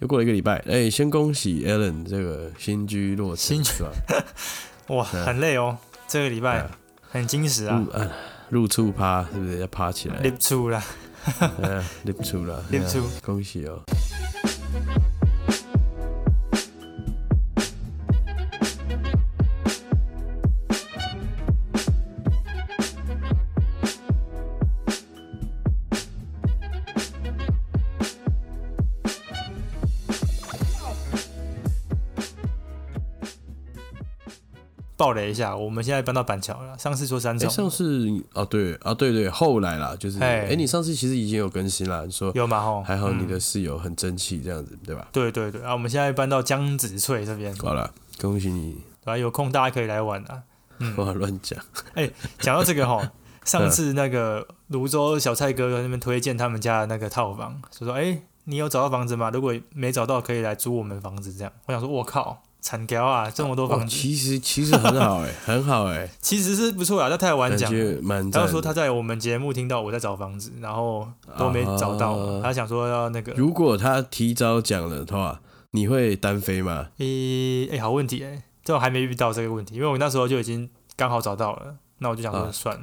又过了一个礼拜，哎、先恭喜 Alan 这个新居落成，新居是吧？哇，很累哦，这个礼对拜啊很矜持 啊入，啊入处趴是不是要趴 起来？立出了，哎呀 立不住了， 立不住哎呀恭喜哦！爆雷一下，我们现在搬到板桥了，上次说三哎，重上次哦对啊对对，后来啦，就是哎哎，你上次其实已经有更新啦，你说有嘛吼，还好你嗯的室友很争气，这样子对吧？对对对，啊，我们现在搬到江子翠这边，好了，恭喜你！对啊，有空大家可以来玩啊。哇，乱讲，讲到 这个哈，上次那个泸州小蔡哥在那边推荐他们家的那个套房，就说：“哎、你有找到房子吗？如果没找到，可以来租我们房子。”这样，我想说，我靠，惨掉啊，这么多哇房子，哦其实其实很好 哎，很好哎，其实是不错啊啦，在台湾感讲。觉蛮赞他的。就说他在我们节目听到我在找房子，然后都没找到，啊他想说要那个，如果他提早讲了的话，你会单飞吗？诶、诶、好问题诶、这我还没遇到这个问题，因为我那时候就已经刚好找到了，那我就想说啊算了，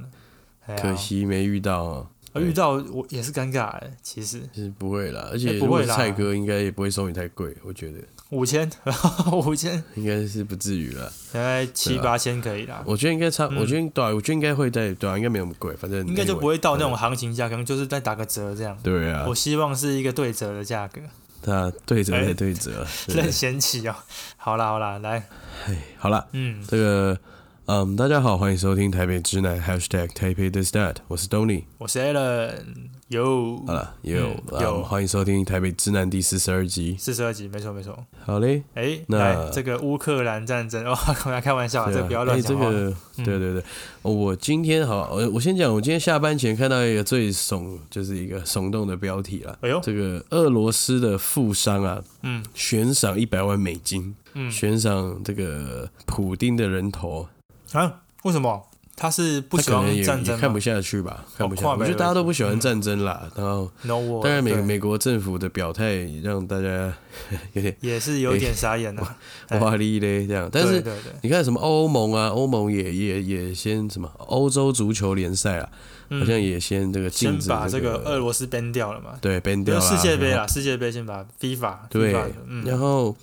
哎呀可惜没遇到哦。啊遇到我也是尴尬诶、其实其实不会啦，而且哎如不果会啦是蔡哥应该也不会收你太贵，我觉得五千， 五千，应该是不至于啦。大概七对啊八千可以啦，我觉得应该差，嗯我觉得对啊，我觉得应该会在对啊，应该没有那么贵，反正应该就 anyway，不会到那种行情价，可能就是再打个折这样。对啊我，希望是一个对折的价格，那对折哎再对折，对 哎任贤齐哦。好啦好啦，来，好啦，嗯，这个嗯，大家好，欢迎收听台北直男 #hashtag 台北 this dad，我是 Tony。我是 Alan，有好了，也有嗯有嗯欢迎收听台北直男第四十二集。四十二集，没错没错。好嘞，哎，那来这个乌克兰战争哦， 我来开玩笑啊，对这啊个不要乱哎讲这话。个，嗯对对对，哦我今天好，呃我先讲，我今天下班前看到一个最耸，就是一个耸动的标题啦。哎呦，这个俄罗斯的富商啊，嗯悬赏一百万美金，嗯悬赏这个普丁的人头，啊，为什么他是不他喜可能欢也战争也吗看不下去吧，看不下去。跨我北觉得大家都不喜嗯欢战争啦，然后？No war，当然美对美国政府的表态让大家 有点也是有点傻眼啊。哎哇哩嘞这样，但对是对对，你看什么欧盟啊，欧盟也也也先什么欧洲足球联赛啊，嗯好像也先这个禁先止把这这个俄罗斯 ban 掉了嘛，对 ban 掉就啦是世界杯啊啦，世界杯先把 FIFA 对 FIFA 的嗯，然后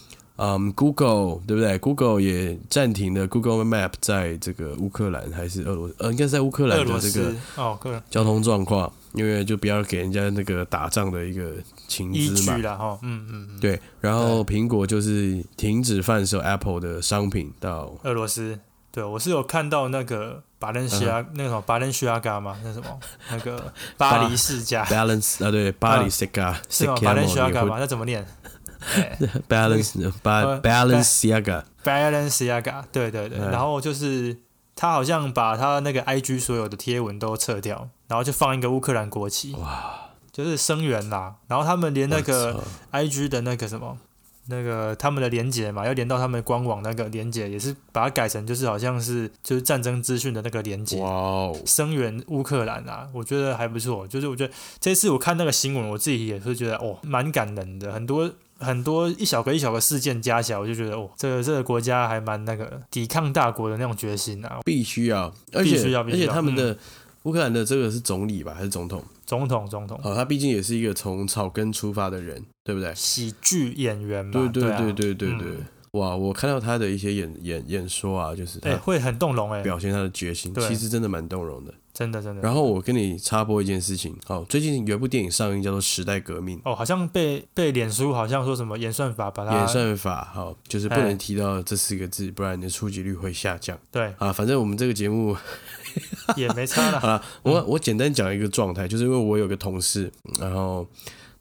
嗯，Google 对不对？Google 也暂停了 Google Map 在这个乌克兰还是俄罗呃，应该是在乌克俄兰罗的这个斯哦，个人交通状况，因为就不要给人家那个打仗的一个情依资嘛据。啦哈，嗯嗯嗯，对，然后苹果就是停止贩售 Apple 的商品 到俄罗斯，对我是有看到那个巴伦西啊亚那个什么巴伦西亚嘎嘛，那什么那 个巴黎世家 Balance 啊，对，巴黎 Sega 是吗？巴伦西亚 Sega 嘎嘛，那怎么念 Balance 巴呃 Balance Sega，巴伦西亚嘎，对对对，嗯然后就是。他好像把他那个 IG 所有的贴文都撤掉，然后就放一个乌克兰国旗，哇，就是声援啦。然后他们连那个 IG 的那个什么，那个他们的连接嘛，要连到他们官网那个连接，也是把它改成就是好像是就是战争资讯的那个连接哇，哦，声援乌克兰啊，我觉得还不错。就是我觉得这次我看那个新闻，我自己也是觉得哦，蛮感人的，很多。很多一小个一小个事件加起来，我就觉得哦，这个这个国家还蛮那个抵抗大国的那种决心啊。必须要，而必须且要而必须且要嗯他们的乌克兰的这个是总理吧，还是总统？总统总统，哦，他毕竟也是一个从草根出发的人，对不对？喜剧演员嘛，对对啊对对对对嗯，哇，我看到他的一些演演演说啊，就是哎、他会很动容哎、表现他的决心，对其实真的蛮动容的。真的真的。然后我跟你插播一件事情，哦，最近有一部电影上映，叫做《时代革命》。哦，好像被被脸书好像说什么演算法把它演算法哈、哦，就是不哎能提到这四个字，不然你的触及率会下降对啊。反正我们这个节目，也没差好啦。 了，我我简单讲一个状态，就是因为我有个同事，然后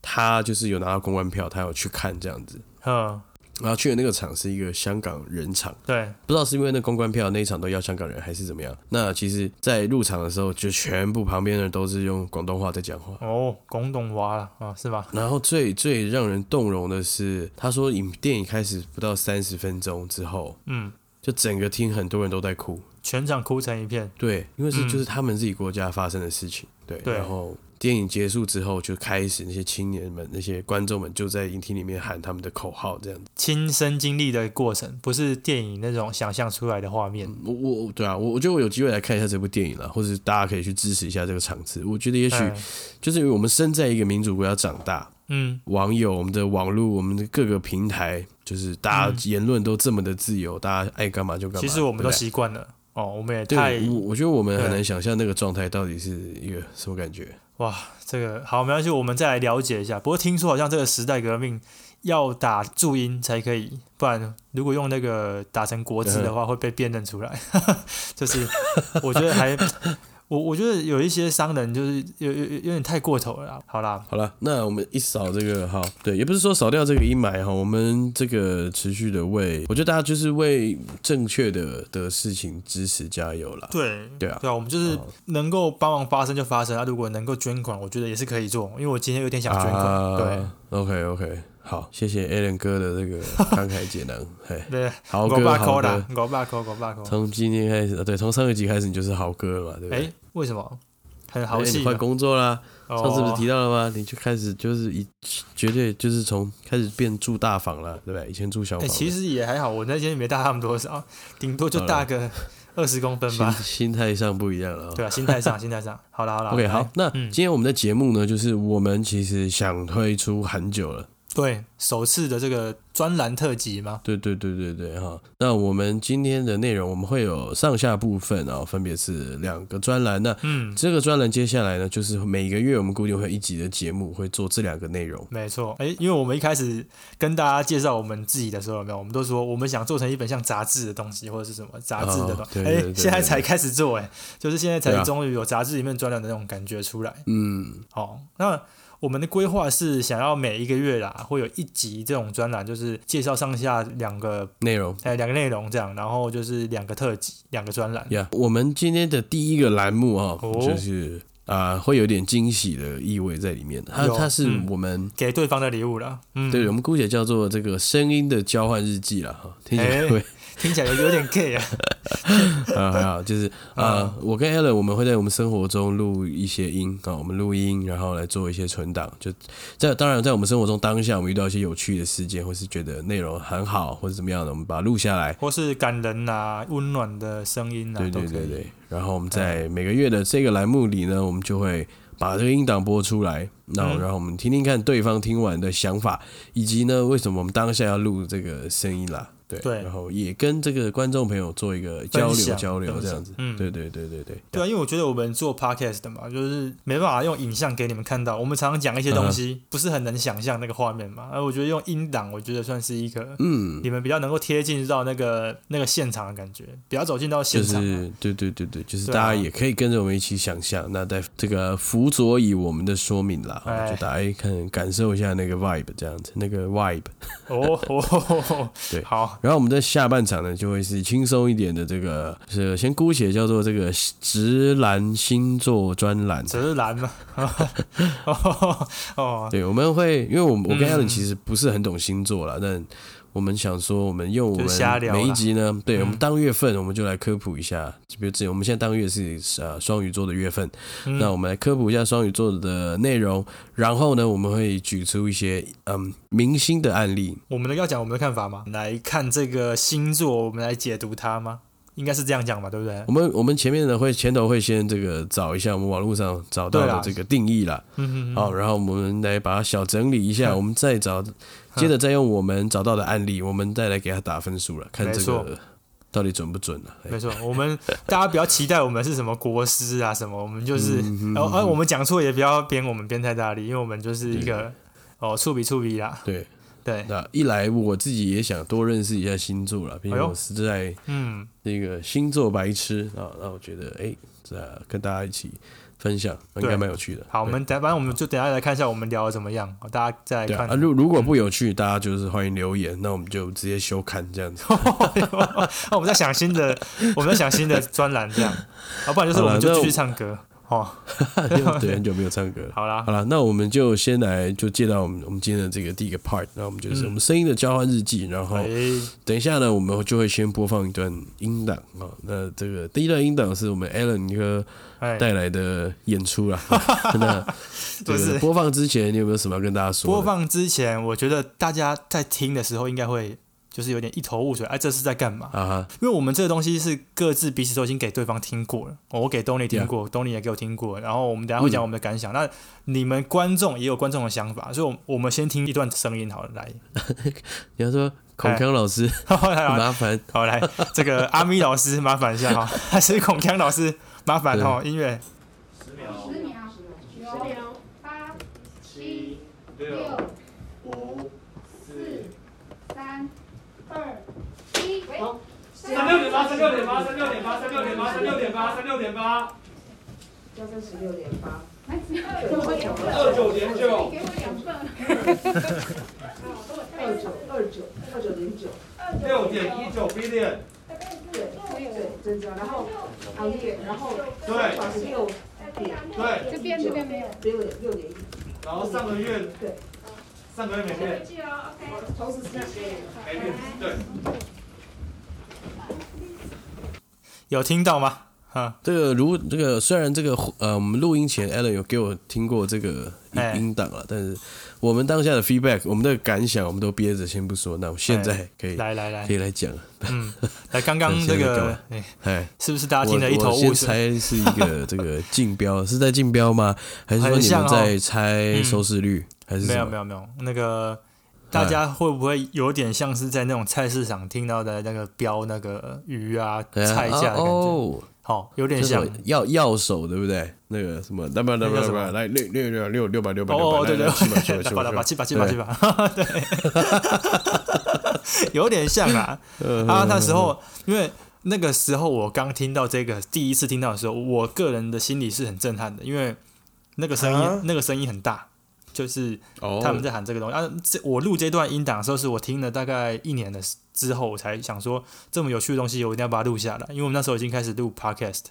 他就是有拿到公关票，他有去看这样子。嗯，然后去的那个场是一个香港人场，对，不知道是因为那公关票那一场都要香港人还是怎么样。那其实，在入场的时候，就全部旁边的人都是用广东话在讲话。哦，广东话啦，啊，是吧？然后最最让人动容的是，他说影电影开始不到三十分钟之后，嗯，就整个厅很多人都在哭。全场哭成一片，对，因为是嗯就是他们自己国家发生的事情，对，对然后电影结束之后，就开始那些青年们、那些观众们就在影厅里面喊他们的口号，这样子。亲身经历的过程，不是电影那种想象出来的画面。我我对啊，我我觉得我有机会来看一下这部电影了，或者大家可以去支持一下这个场次。我觉得也许哎就是因为我们身在一个民主国家长大，嗯，网友、我们的网络、我们的各个平台，就是大家嗯言论都这么的自由，大家爱干嘛就干嘛。其实我们对不都对习惯了。哦，我们也太对，我我觉得我们很对难想象那个状态到底是一个什么感觉。哇，这个好，没关系，我们再来了解一下。不过听说好像这个时代革命要打注音才可以，不然如果用那个打成国字嗯的话，会被辨认出来。 就是我觉得还， 我我觉得有一些商人就是有有有有点太过头了啦。好啦，好了，那我们一扫这个哈，对，也不是说扫掉这个阴霾哈，我们这个持续的为，我觉得大家就是为正确的的事情支持加油啦。对对啊对啊，我们就是哦能够帮忙发声就发声啊。如果能够捐款，我觉得也是可以做，因为我今天有点想捐款。对啊、，OK OK，好，谢谢 Alan 哥的这个慷慨解囊，嘿，对，豪五哥百豪块哥啦，，五百块，五百块。从今天开始，呃对，从上一集开始你就是豪哥了嘛，对不对？哎，为什么？很哎豪你气换嘛。工作啦，上次不是哦提到了吗？你就开始就是一绝对就是从开始变住大房了，对不对？以前住小哎、房的，其实也还好，我那天也没大他们多少， 顶多就大 个二十公分心吧。心态上不一样了、哦。对啊，心态上，心态上，好啦好啦 OK，好来，那嗯今天我们的节目呢，就是我们其实想推出很久了，对，首次的这个专栏特辑嘛，对对对对对哈。那我们今天的内容，我们会有上下部分啊、分别是两个专栏。那嗯，这个专栏接下来呢，就是每个月我们固定会有一集的节目，会做这两个内容。没错，哎、因为我们一开始跟大家介绍我们自己的时候，有没有？我们都说我们想做成一本像杂志的东西，或者是什么杂志的东哦西，对哎、对对对现在才开始做、哎，就是现在对才啊终于有杂志里面专栏的那种感觉出来。嗯，哦，那我们的规划是想要每一个月啦，会有一集这种专栏，就是介绍上下两个内容。哎，两个内容这样，然后就是两个特辑，两个专栏。呀我们今天的第一个栏目啊、哦就是啊、会有点惊喜的意味在里面。它有它是嗯我们、给对方的礼物了，嗯，对，我们姑且叫做这个声音的交换日记啦。哈，听起来哎会、听起来有有点 gay 啊，啊，还好，就是啊，嗯我跟 Alan 我们会在我们生活中录一些音啊，我们录音，然后来做一些存档。就在当然，在我们生活中当下，我们遇到一些有趣的事件，或是觉得内容很好，或者怎么样的，我们把它录下来。或是感人呐、温暖的声音呐、对都对可对以。嗯对，然后我们在每个月的这个栏目里呢，我们就会把这个音档播出来，那嗯然后我们听听看对方听完的想法，以及呢为什么我们当下要录这个声音啦。对，对然后也跟这个观众朋友做一个交分流享交流分这享样子，嗯对对对对对，对啊，因为我觉得我们做 podcast 的嘛，就是没办法用影像给你们看到。我们常常讲一些嗯东西，不是很能想象那个画面嘛。而我觉得用音档，我觉得算是一个，嗯，你们比较能够贴近到那个那个现场的感觉，比较走进到现就场啊。是对对对对，就是对大啊家也可以跟着我们一起想象，那在这个辅佐以我们的说明啦，哦哎就大家看感受一下那个 vibe 这样子，那个 vibe。哦哦， 对好，然后我们的下半场呢，就会是轻松一点的这个，是先姑且叫做这个直男星座专栏。直男嘛， 哦哦，对，我们会，因为我们我跟嗯 Alan 其实不是很懂星座啦，但我们想说，我们用我就瞎们聊啦每一集呢，对嗯我们当月份，我们就来科普一下。就比如之前我们现在当月是呃双鱼座的月份，嗯那我们来科普一下双鱼座的内容，然后呢，我们会举出一些嗯明星的案例，我们的要讲我们的看法吗？来看这个星座，我们来解读它吗？应该是这样讲吧，对不嗯对我？们我们前面呢会前头会先这个找一下我们网络上找到对的啦这个定义啦，嗯嗯嗯，好，然后我们来把它小整理一下，嗯我们再找，接着再用我们找到的案例，我们再来给它打分数了，看没这错个到底准不准了、哎没错。我们大家不要期待我们是什么国师啊什么，我们就是，嗯哦，哎，我们讲错也不要编我们编太大力，因为我们就是一个哦，触笔触笔啦，对，对，那一来我自己也想多认识一下星座了，毕竟哎呦我是在嗯，这个星座白痴啊，那我觉得哎，这、跟大家一起分享，应该对蛮有趣的。好，我对们等，反正我们就等一下来看一下我们聊的怎么样，哦大家再来对啊，啊 看。嗯如如果不有趣，大家就是欢迎留言，那我们就直接休刊这样子。 哦，我们在想新的，我们在想新的专栏这样，要不然就是我们好就了继续唱歌。哦，对，很久没有唱歌了。好啦，好了，那我们就先来就介绍我们我们今天的这个第一个 part，那我们就是我们声音的交换日记，然后嗯哎，等一下呢，我们就会先播放一段音档啊、那这个第一段音档是我们 Alan 哥哎，带来的演出啊 啦。那这 不个是播放之前，你有没有什么要跟大家说的？播放之前，我觉得大家在听的时候应该会就是有点一头雾水，哎，这是在干嘛？啊哈，因为我们这个东西是各自彼此都已经给对方听过了，哦我给 Tony 听过，Tony 也给我听过，然后我们等一下会讲我们的感想。那你们观众也有观众的想法，所以我们我们先听一段声音好了，来， 你要说孔康老师，好来 好来麻烦好来，这个阿咪老师麻烦一 下哈，还是孔锵老师麻烦哦，音乐十秒，九秒，八，七，六，五，四，三，二，一，喂，三六点八，三六点八，三六点八，三六点八，三六点八，三六点八，要三十六点八，来，给我两份，二九点九，给我两份，二九二九二九点九，六点一九 billion，对对，增加，然后行业，然后对八十六对，这边这边没有，六点六点一，然后上个月，上个月没变，同时是没变，对，有听到吗？哈，这个如这个虽然这个呃，我们录音前 Alan 有给我听过这个哎音音档了，但是我们当下的 feedback，我们的感想，我们都憋着先不说，那我现在可以哎来来来可，以来讲了。嗯，来刚刚现在这在干个嘛，哎，哎，是不是大家我听得一头我先雾水？猜是一个这个竞标， 是在竞标吗？还是说很你像们哦嗯在猜收视率？还是没有没有，有没有，那个大家会不会有点像是在那种菜市场听到的那个标那个鱼啊哎呀菜价的感啊觉？哦，好，有这点是像什么。要要手对不对？那个什么，那不那那不叫那什不，么来六六六六六百六百六百，哦，对对，来来七百七 百七八百打七八百七八七八七八，对， 有点像啊。 嗯啊，那时候因为那个时候我刚听到这个，第一次听到的时候，我个人的心里是很震撼的，因为那个声音、啊那个声音很大，就是哦，他们在喊这个东西。啊，这我录这段音档的时候，是我听了大概一年的之后，我才想说这么有趣的东西，我一定要把它录下来，因为我们那时候已经开始录 podcast，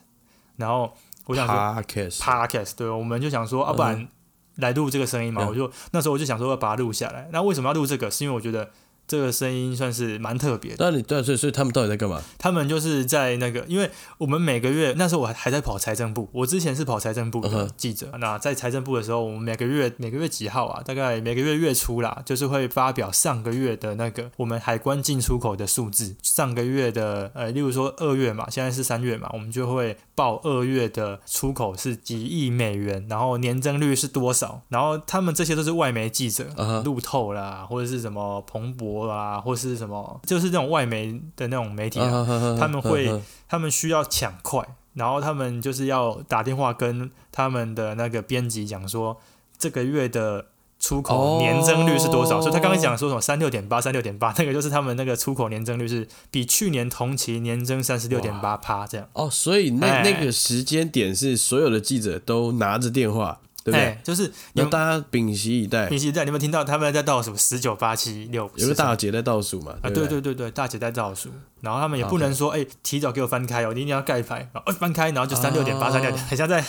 然后我想说 podcast podcast，对，我们就想说，要、啊不然来录这个声音嘛。嗯我就那时候我就想说要把它录下来。那为什么要录这个？是因为我觉得这个声音算是蛮特别的。那你对，所以所以他们到底在干嘛？他们就是在那个，因为我们每个月那时候我还还在跑财政部，我之前是跑财政部嗯的哼记者。那在财政部的时候，我们每个月每个月几号啊？大概每个月月初啦，就是会发表上个月的那个我们海关进出口的数字。上个月的呃，例如说二月嘛，现在是三月嘛，我们就会报二月的呃出口是几亿美元，然后年增率是多少？然后他们这些都是外媒记者，啊哈路透啦，或者是什么彭博啦，或是什么，就是那种外媒的那种媒体啊。他他们会他们需要抢快，然后他们就是要打电话跟他们的那个编辑讲说，这个月的出口哦年增率是多少。所以他刚刚讲说什么三六点八、三六点八，那个就是他们那个出口年增率是比去年同期年增三十六点八趴这样。哦，所以那哎那个时间点是所有的记者都拿着电话，对不对？哎，就是你那们大家屏息以待平，时在你们听到他们在倒数十九八七六，有个大姐在倒数嘛？啊，对啊对不对对对，大姐在倒数，然后他们也不能说，哎、提早给我翻开哦，你一定要盖牌，然后、哎翻开，然后就三六点啊八三六点，很像在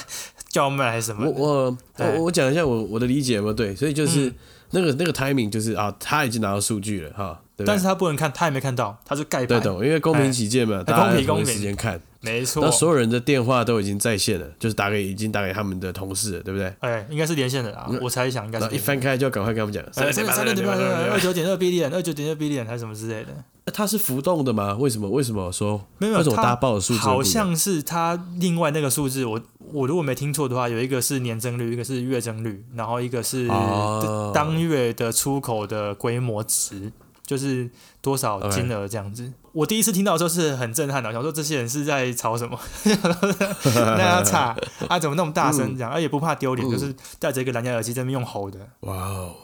叫卖还是什么我的。我哎嗯我我讲一下我我的理解有没有对？所以就是那个那个 timing 就是啊，他已经拿到数据了哈，对不对但是他不能看，他也没看到，他是盖对牌。懂，因为公平起见嘛，大家在哎公平同一公平时间看，没错那。所有人的电话都已经在线了，就是打给已经打给他们的同事了，对不对？哎、应该是连线的啊嗯，我猜想应该然是后一连线翻开就要赶快跟他们讲，哎三三六点八二九点二 B 点二九点二 B 点还是什么之类的，那哎它是浮动的吗？为什么？为什么说没有，为什么他大家报的数字会不一样好像是他另外那个数字，我我如果没听错的话，有一个是年增率，一个是月增率，然后一个是哦当月的出口的规模值，就是多少金额这样子。我第一次听到的时候是很震撼的，我想说这些人是在吵什么？ 那要吵啊，怎么那么大声这样？啊，也不怕嗯丢脸，就是戴着一个蓝牙耳机在那边用吼的。哇哦，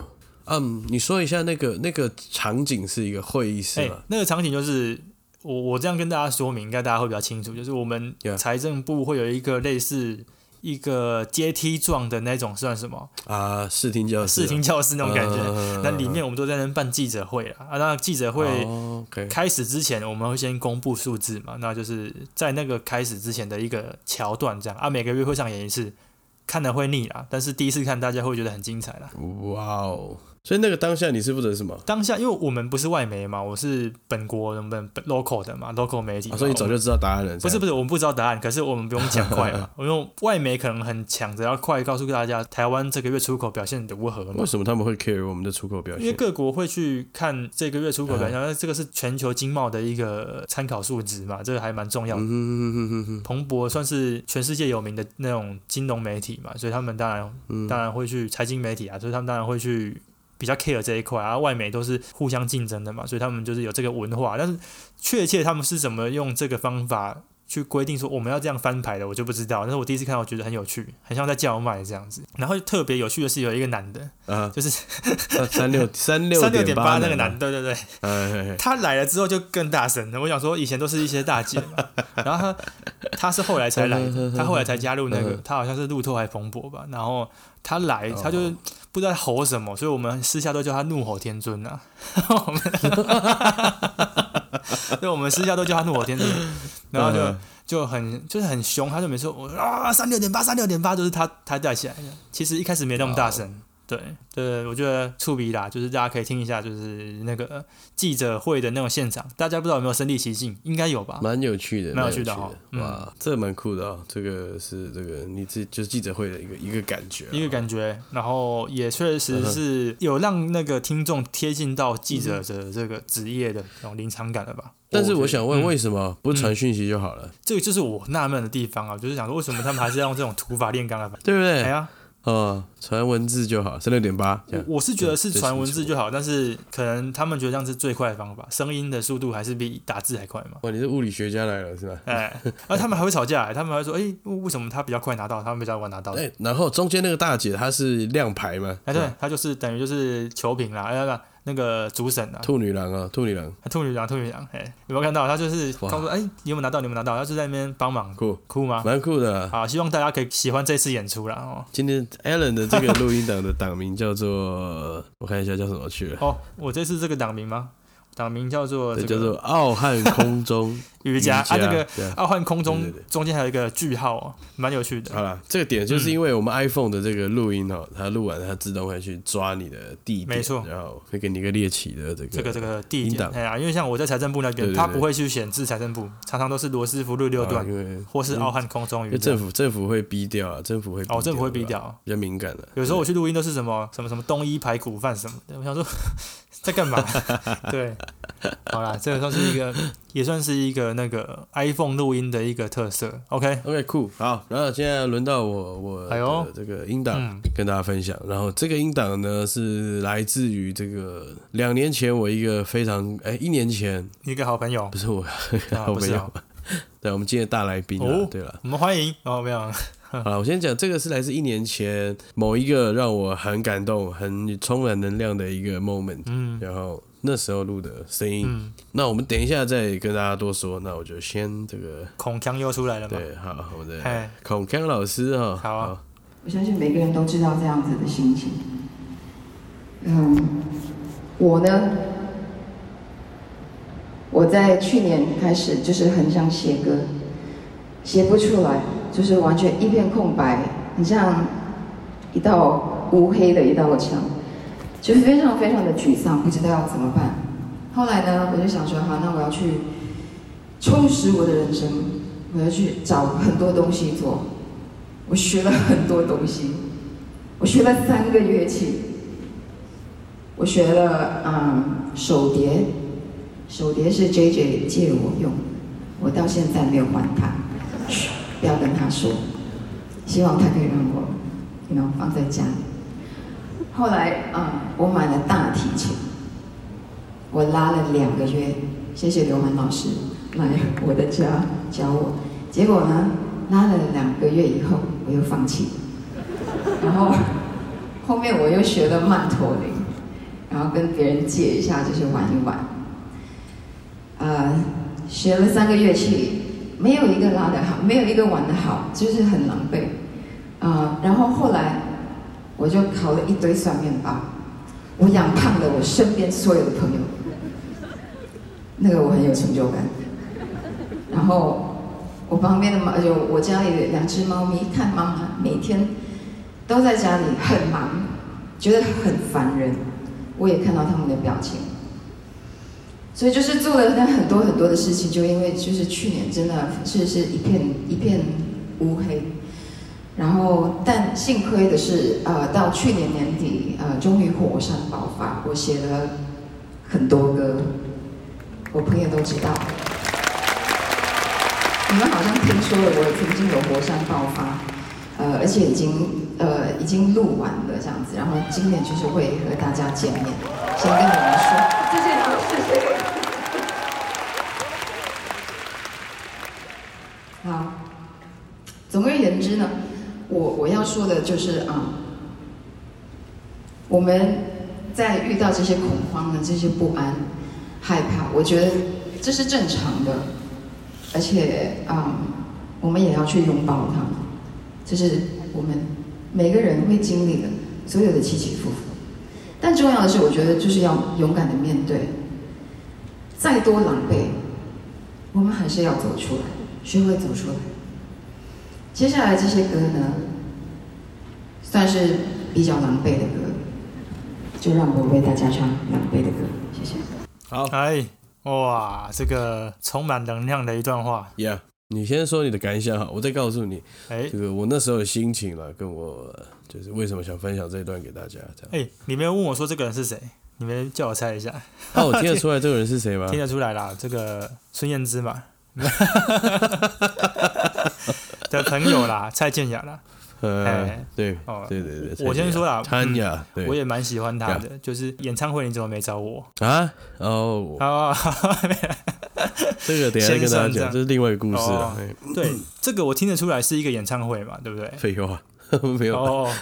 嗯，你说一下那个那个场景是一个会议室哎、吗？那个场景就是我我这样跟大家说明，应该大家会比较清楚，就是我们 Yeah. 财政部会有一个类似。一个阶梯状的那种，算什么？啊，视听教室啊，视听教室那种感觉。嗯那里面我们都在那边办记者会啦，啊，那记者会哦，OK，开始之前，我们会先公布数字嘛，那就是在那个开始之前的一个桥段，这样啊，每个月会上演一次，看了会腻啦，但是第一次看大家会觉得很精彩啦。哇哦！所以那个当下你是负责什么？当下，因为我们不是外媒嘛，我是本国人本本 local 的嘛，local 媒体嘛、啊，所以你早就知道答案了。哦不是不是，是，我们不知道答案，可是我们不用讲快嘛，因为外媒可能很抢着要快告诉大家台湾这个月出口表现如何嘛为，什么他们会 care 我们的出口表因为现？各国会去看这个月出口表现，那、这个是全球经贸的一个参考数值嘛，这个还蛮重要嗯的。哼哼哼哼彭博算是全世界有名的那种金融媒体嘛，所以他们当然、当然会去财经媒体啊，所以他们当然会去比较 care 这一块啊。外媒都是互相竞争的嘛，所以他们就是有这个文化，但是确切他们是怎么用这个方法去规定说我们要这样翻牌的，我就不知道。但是我第一次看到，我觉得很有趣，很像在叫卖这样子。然后特别有趣的是，有一个男的，哼啊，就是三 六三六三六点八那个男男的，的，对对对，哎嘿嘿他来了之后就更大声了。我想说，以前都是一些大姐嘛，然后他他是后来才来的，他后来才加入那个，他好像是路透还蓬勃吧。然后他来，他就不知道吼什么，所以我们私下都叫他怒吼天尊啊。我们， 对，我们私下都叫他怒吼天尊，然后就。就很就是很凶，他就没说我啊三六点八三六点八，就是他他带起来的。其实一开始没那么大声，对对，我觉得触鼻啦，就是大家可以听一下，就是那个记者会的那种现场，大家不知道有没有身临其境，应该有吧？蛮有啊趣的，蛮有有趣的的嗯哦哇，这蛮酷的啊！这个是这个你这就是记者会的一个一个感觉啊，一个感觉，然后也确实嗯是有让那个听众贴近到记者的这个职业的那种临场感了吧？但是觉我得想问，为什么不传讯息就好了？这个就是我纳闷的地方啊，就是想说为什么他们还是要用这种土法炼钢的方法？对不哎 对？呀，哦，传文字就好，三六点八这样。我我是觉得是对传是文是字就好，但是可能他们觉得这样是最快的方法，声音的速度还是比打字还快嘛。哇，你是物理学家来了是吧？ 哎，而他们还会吵架，他们还会说，哎、为什么他比较快拿到，他们比较晚拿到？哎，然后中间那个大姐她是亮牌嘛？哎，对，他就是等于就是球评啦，哎不，那个主审啊，兔女郎啊，兔女郎，兔女郎，兔女郎，哎，有没有看到？他就是哇告诉，哎，你有没有拿到？你有没有拿到？他就在那边帮忙，酷，哭吗？蛮酷的啊。好，希望大家可以喜欢这次演出啦哦。今天 Alan 的这个录音档的档名叫做，我看一下叫什么去了，哦，我这次这个党名吗？党名叫做啊这这叫个做《傲汉空 中瑜伽啊，那个对啊奥汉空中对对对中间还有一个句号哦，蛮有趣的。好了，这个点就是因为我们 iPhone 的这个录音哦，它录完它自动会去抓你的地点，没错然后会给你一个猎奇的这个这个这个地音点档，哎呀，因为像我在财政部那对边，对他对不会去显示财政部，常常都是罗斯福路六啊段因为或是奥汉空中因瑜为伽政。府政府会逼掉啊，政府会逼哦，政府会对逼吧掉。比较敏感的，有时候我去录音都是什么什么什么东一排骨饭什么的，我想说 在干嘛？对，好啦，这个算是一个，也算是一个那个 iPhone 录音的一个特色。OK， OK，酷，好，然后现在轮到我我哎呦的这个音档嗯跟大家分享，然后这个音档呢是来自于这个两年前我一个非常哎一年前一个好朋友不，是我 啊我不没是有啊，对我们今天的大来宾啊哦，对了，我们欢迎哦，没有，好了，我先讲这个是来自一年前某一个让我很感动、很充满能量的一个 moment，嗯然后那时候录的声音，嗯，那我们等一下再跟大家多说，那我就先这个孔锵又出来了嘛？对，好，我们的哎，孔康老师哈，好啊我相信每个人都知道这样子的心情。嗯，我呢，我在去年开始就是很想写歌，写不出来，就是完全一片空白，很像一道乌黑的一道墙，就非常非常的沮丧，不知道要怎么办。后来呢，我就想说，好，那我要去充实我的人生，我要去找很多东西做，我学了很多东西，我学了三个乐器，我学了嗯手碟，手碟是 J J 借我用，我到现在没有还他，嘘，不要跟他说，希望他可以让我，你 you know, 放在家里。后来啊、嗯我买了大提琴，我拉了两个月，谢谢刘涵老师来我的家教我。结果呢，拉了两个月以后，我又放弃了。然后后面我又学了曼陀林，然后跟别人借一下，就是玩一玩。呃，学了三个乐器，没有一个拉得好，没有一个玩得好，就是很狼狈。啊、然后后来我就烤了一堆酸面包，我养胖了我身边所有的朋友，那个我很有成就感。然后我旁边的猫，就我家里的两只猫咪，看妈妈每天都在家里很忙，觉得很烦人，我也看到他们的表情。所以就是做了那很多很多的事情，就因为就是去年真的是是一片一片乌黑，然后但幸亏的是，呃，到去年年底，呃，终于火山爆发，我写了很多歌，我朋友都知道。你们好像听说了，我曾经有火山爆发，呃，而且已经呃已经录完了这样子，然后今年就是会和大家见面，先跟你们说这件故事是谁。好，啊总而言之呢，我我要说的就是啊、我们在遇到这些恐慌的、这些不安、害怕，我觉得这是正常的。而且啊、我们也要去拥抱它，这是我们每个人会经历的所有的起起伏伏。但重要的是，我觉得就是要勇敢的面对，再多狼狈，我们还是要走出来，学会走出来。接下来这些歌呢，算是比较狼狈的歌，就让我为大家唱狼狈的歌，谢谢。好哎，哇，这个充满能量的一段话， ，Yeah，你先说你的感想哈，我再告诉你哎这个我那时候的心情了，跟我呃就是为什么想分享这一段给大家 这样。哎，你没有问我说这个人是谁，你们叫我猜一下，哦，我听得出来这个人是谁吗？听得出来啦，这个孙燕姿嘛，的朋友啦，蔡健雅啦，呃哎，对哦，对对对，我先说啦嗯参雅，我对也蛮喜欢她的，就是演唱会你怎么没找我？啊，哦，啊， 这个等一下再跟大家先生这讲，样这是另外一个故事啊哦。哎对，这个我听得出来是一个演唱会嘛，对不对？ 废话，没有哦，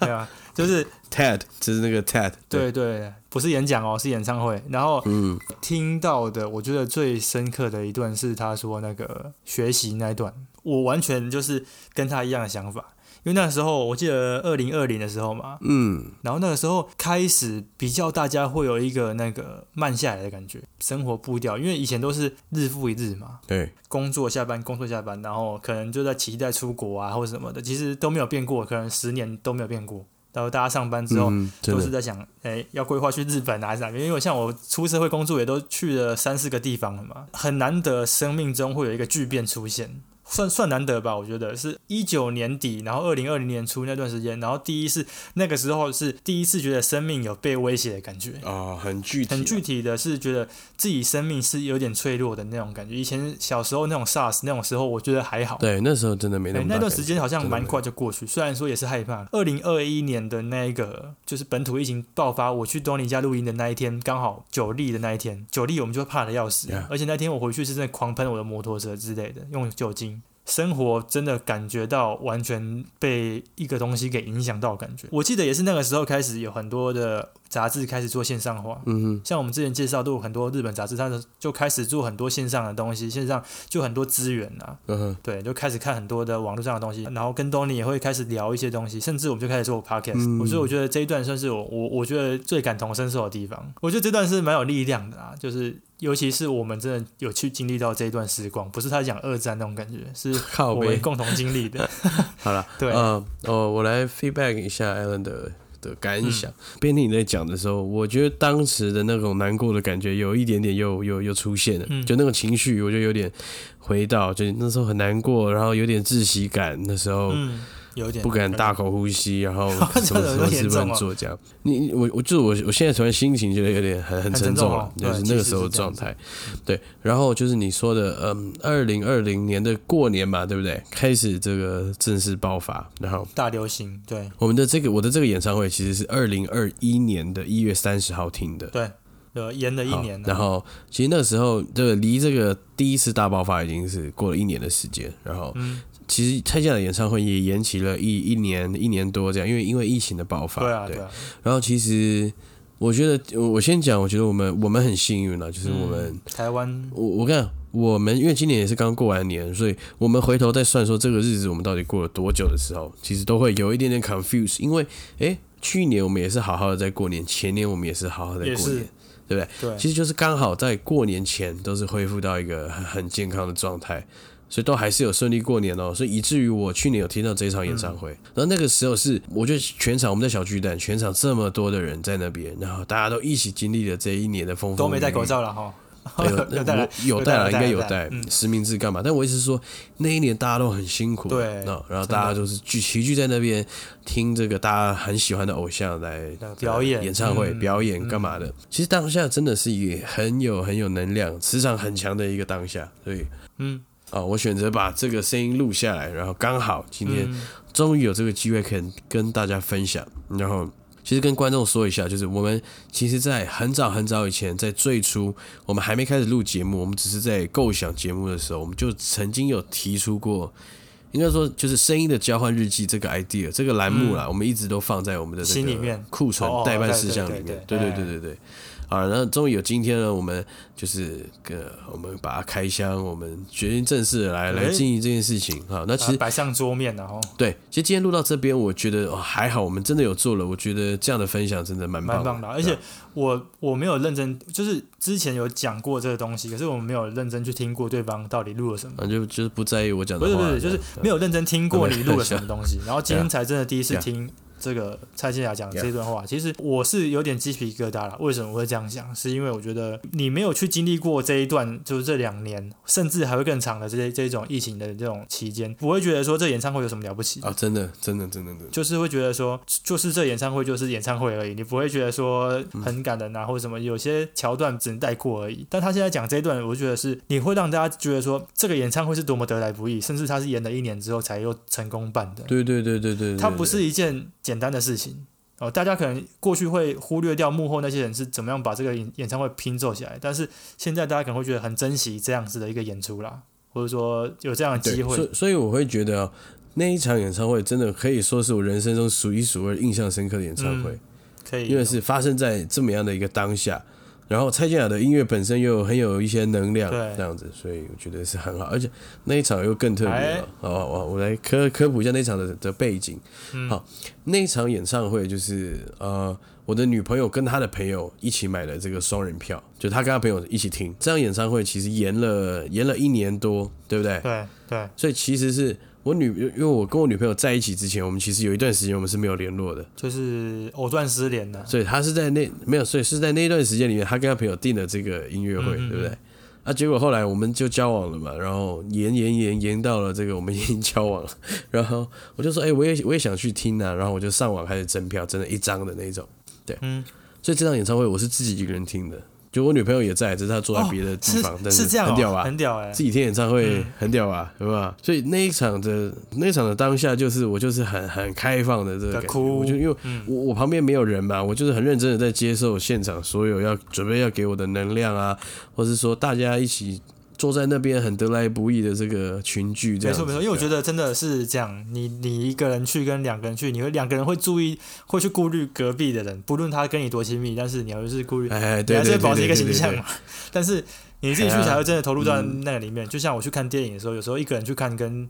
对啊， 就是。 Ted，就是那个 Ted，对对，不是演讲哦，是演唱会。然后嗯，听到的，我觉得最深刻的一段是他说那个学习那一段，我完全就是跟他一样的想法。因为那时候我记得二零二零的时候嘛，嗯，然后那个时候开始比较大家会有一个那个慢下来的感觉，生活步调，因为以前都是日复一日嘛，对，工作下班，工作下班，然后可能就在期待出国啊或者什么的，其实都没有变过，可能十年都没有变过。然后大家上班之后，嗯，真都是的，在想，哎、要规划去日本啊，还是哪边？因为像我出社会工作，也都去了三四个地方了嘛，很难得生命中会有一个巨变出现，算算难得吧？我觉得是一九年底，然后二零二零年初那段时间，然后第一次那个时候是第一次觉得生命有被威胁的感觉。啊，很具体，很具体的是，觉得自己生命是有点脆弱的那种感觉。以前小时候那种 SARS 那种时候，我觉得还好。对，那时候真的没哎那么大那段感时觉间好像真的蛮没快就过去，虽然说也是害怕。二零二一年的那一个就是本土疫情爆发，我去东尼家录音的那一天，刚好九例的那一天，九例我们就怕的要死 Yeah 而且那天我回去是真的狂喷我的摩托车之类的，用酒精。生活真的感觉到完全被一个东西给影响到，感觉。我记得也是那个时候开始有很多的杂志开始做线上化，嗯像我们之前介绍都有很多日本杂志，它的就开始做很多线上的东西，线上就很多资源啊。哼，嗯哼，对，就开始看很多的网络上的东西，然后跟 Tony 也会开始聊一些东西，甚至我们就开始做 podcast、嗯所以我觉得这一段算是我我我觉得最感同身受的地方。我觉得这段是蛮有力量的啦，就是尤其是我们真的有去经历到这一段时光，不是他讲二战那种感觉，是靠我背们共同经历的。 好了， 对呃，哦，我来 feedback 一下 Alan 的的感想。嗯边听你在讲的时候，我觉得当时的那种难过的感觉有一点点又又又出现了，嗯就那种情绪，我就有点回到，就是那时候很难过，然后有点窒息感，那时候。嗯，有一点不敢大口呼吸， 然后什么这什有么事点严不重能哦做，这样。你我我就是我我现在突然心情觉得有点很很很沉沉重重了哦，就对是其那个实时候是的这状样子态。对，然后就是你说的，嗯，二零二零年的过年嘛，对不对？开始这个正式爆发，然后大流行，对我们的这个我的这个演唱会其实是二零二一年的一月三十号听的，对，呃，延了一好年了，然后其实那时候这个离这个第一次大爆发已经是过了一年的时间，然后嗯，其实蔡健雅的演唱会也延期了一一年一年多这样，因为因为疫情的爆发，对啊，对啊，然后其实啊嗯我觉得我我先讲，我觉得我们我们很幸运了，就是我们、台湾我我看我们因为今年也是刚过完年，所以我们回头再算说这个日子我们到底过了多久的时候，其实都会有一点点 confuse，因为诶，去年我们也是好好的在过年，前年我们也是好好的在也过是年，对不对？对，其实就是刚好在过年前都是恢复到一个很很健康的状态，所以都还是有顺利过年哦。所以以至于我去年有听到这一场演唱会，嗯然后那个时候是我觉得全场我们在小巨蛋，全场这么多的人在那边，然后大家都一起经历了这一年的风风雨雨，都没戴口罩了哈。哎呦 有戴我了， 有戴了，应该有戴戴了嗯，实名制干嘛？但我意思是说，那一年大家都很辛苦，对那然后真的大家就是聚齐聚在那边听这个大家很喜欢的偶像来来表演演唱会、嗯表演干嘛的。其实当下真的是一个很有很有能量、磁场很强的一个当下，所以嗯，啊，我选择把这个声音录下来，然后刚好今天嗯终于有这个机会可以跟大家分享。然后，其实跟观众说一下，就是我们其实，在很早很早以前，在最初我们还没开始录节目，我们只是在构想节目的时候，我们就曾经有提出过，应该说就是声音的交换日记这个 idea 这个栏目啦，我们一直都放在我们的这个心里面库存哦代办事项对里面。对对对对对对对。啊，然后终于有今天了，我们就是呃，我们把它开箱，我们决定正式地来来哎经营这件事情。好，那其把它实摆上桌面然后对，其实今天录到这边，我觉得、哦、还好，我们真的有做了。我觉得这样的分享真的蛮棒啊蛮的，棒的，啊而且我我没有认真，就是之前有讲过这个东西，可是我没有认真去听过对方到底录了什么。反正就就是不在意我讲不的是话，不是，就是没有认真听过你录了什么东西，然后今对天啊才真的第一次对啊听这个蔡健雅讲 Yeah 这段话。其实我是有点鸡皮疙瘩了。为什么我会这样想？是因为我觉得你没有去经历过这一段，就是这两年，甚至还会更长的这些这种疫情的这种期间，我会觉得说这演唱会有什么了不起啊、？真的真的真的真的，就是会觉得说，就是这演唱会就是演唱会而已，你不会觉得说很感人啊，或者什么，有些桥段只能带过而已。但他现在讲这一段，我觉得是你会让大家觉得说，这个演唱会是多么得来不易，甚至他是演了一年之后才又成功办的，对对对对对对，它不是对一件简单的事情。哦，大家可能过去会忽略掉幕后那些人是怎么样把这个演演唱会拼凑起来，但是现在大家可能会觉得很珍惜这样子的一个演出啦，或者说有这样的对机所会，以所以我会觉得、哦、那一场演唱会真的可以说是我人生中数一数二印象深刻的演唱会。嗯可以因为是发生在这么样的一个当下。然后蔡健雅的音乐本身又有很有一些能量，对这样子，所以我觉得是很好，而且那一场又更特别哎了。好，我我来科科普一下那场的的背景。嗯好，那一场演唱会就是呃，我的女朋友跟她的朋友一起买了这个双人票，就她跟她朋友一起听。这场演唱会其实延了延了一年多，对不对？对对所以其实是我女，因为我跟我女朋友在一起之前，我们其实有一段时间我们是没有联络的。就是藕断丝连的，所以他是在那没有，所以是在那段时间里面，他跟他朋友订了这个音乐会，嗯嗯嗯对不对？啊，结果后来我们就交往了嘛，然后延延延延到了这个我们已经交往了，然后我就说，哎、我也我也想去听啊，然后我就上网开始征票，真的一张的那种，对，嗯，所以这场演唱会我是自己一个人听的，就我女朋友也在，只是她坐在别的地方，哦、但是这样、哦，很屌吧？啊很屌哎、自己听演唱会很屌啊，对吧？所以那一场的那一场的当下，就是我就是很很开放的这个感觉，哭我就因为嗯我我旁边没有人嘛，我就是很认真的在接受现场所有要准备要给我的能量啊，或是说大家一起坐在那边很得来不易的这个群聚这没样子，错没错，因为我觉得得真的是这样，你你一个人去跟两个人去，你会两个人会注意，会去顾虑隔壁的人，不论他跟你多亲密，但是你还是顾虑，哎，你对还对对，是会保持一个对形对象对嘛。 但是你自己去才会真的投入到嗯那个里面。就像我去看电影的时候，有时候一个人去看跟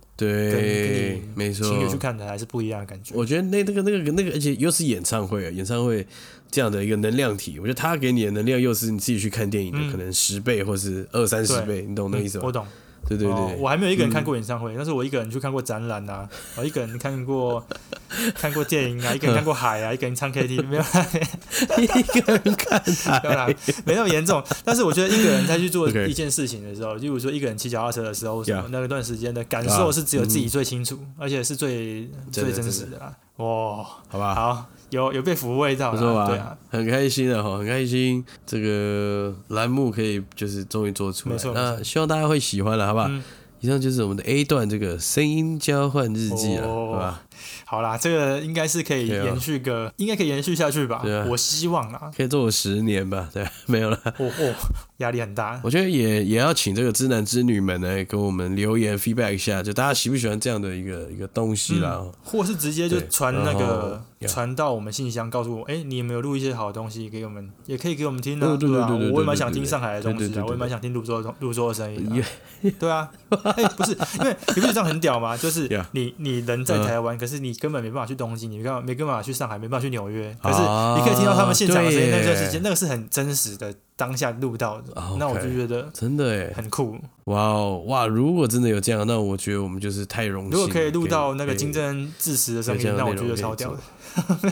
跟对你，没错，情侣去看的还是不一样的感觉。我觉得那那个那个那个，而且又是演唱会，啊演唱会这样的一个能量体，我觉得它给你的能量又是你自己去看电影的、嗯可能十倍或是二三十对倍，你懂那嗯意思吗？我懂，对对对，哦，我还没有一个人看过演唱会，但是我一个人去看过展览啊，我一个人看过看过电 影啊，一个人看过海啊，一个人唱 KTV，没有啦， 一个人看没有啦，没那么严重。但是我觉得一个人在去做 Okay 一件事情的时候，例如说一个人骑脚踏车的时候，什么 Yeah 那段时间的感受是只有自己嗯最清楚，而且是最真的最真实的啦。哇，好吧，好，有有被抚慰到不错啦，吧？对啊，很开心的哈，很开心这个栏目可以就是终于做出来没错，没那希望大家会喜欢了，好不好？嗯以上就是我们的 A 段这个声音交换日记了，哦好吧？好啦，这个应该是可以对啊延续个，应该可以延续下去吧对啊？我希 望啦。可以做我十年吧？ 对，没有 了。哦哦，压力很大。我觉得也也要请这个知男知女们呢，给我们留言 feedback 一下，就大家喜不喜欢这样的一个一个东西啦。哦嗯或是直接就对传那个然后传到我们信箱，告诉我，哎、你有没有录一些好的东西给我们，也可以给我们听的、啊，对对对啊对对对我也蛮想听上海的东对西对啊对，对我也蛮想听泸州的东泸州的 声音也啊、对啊，哎、不是，因为你不觉得这样很屌吗？就是 Yeah 你你人在嗯台湾，可是你根本没办法去东京，你没办法没办法去上海，没办法去纽约，可是啊你可以听到他们现场的声音，对耶那段时间那个是很真实的，当下录到的啊，那我 OK 就觉得真的哎，很酷。哇哦哇！如果真的有这样，那我觉得我们就是太荣幸了。如果可以录到那个可以金正恩致辞的声有这音，样的那我内觉容得可以超屌的。 嗯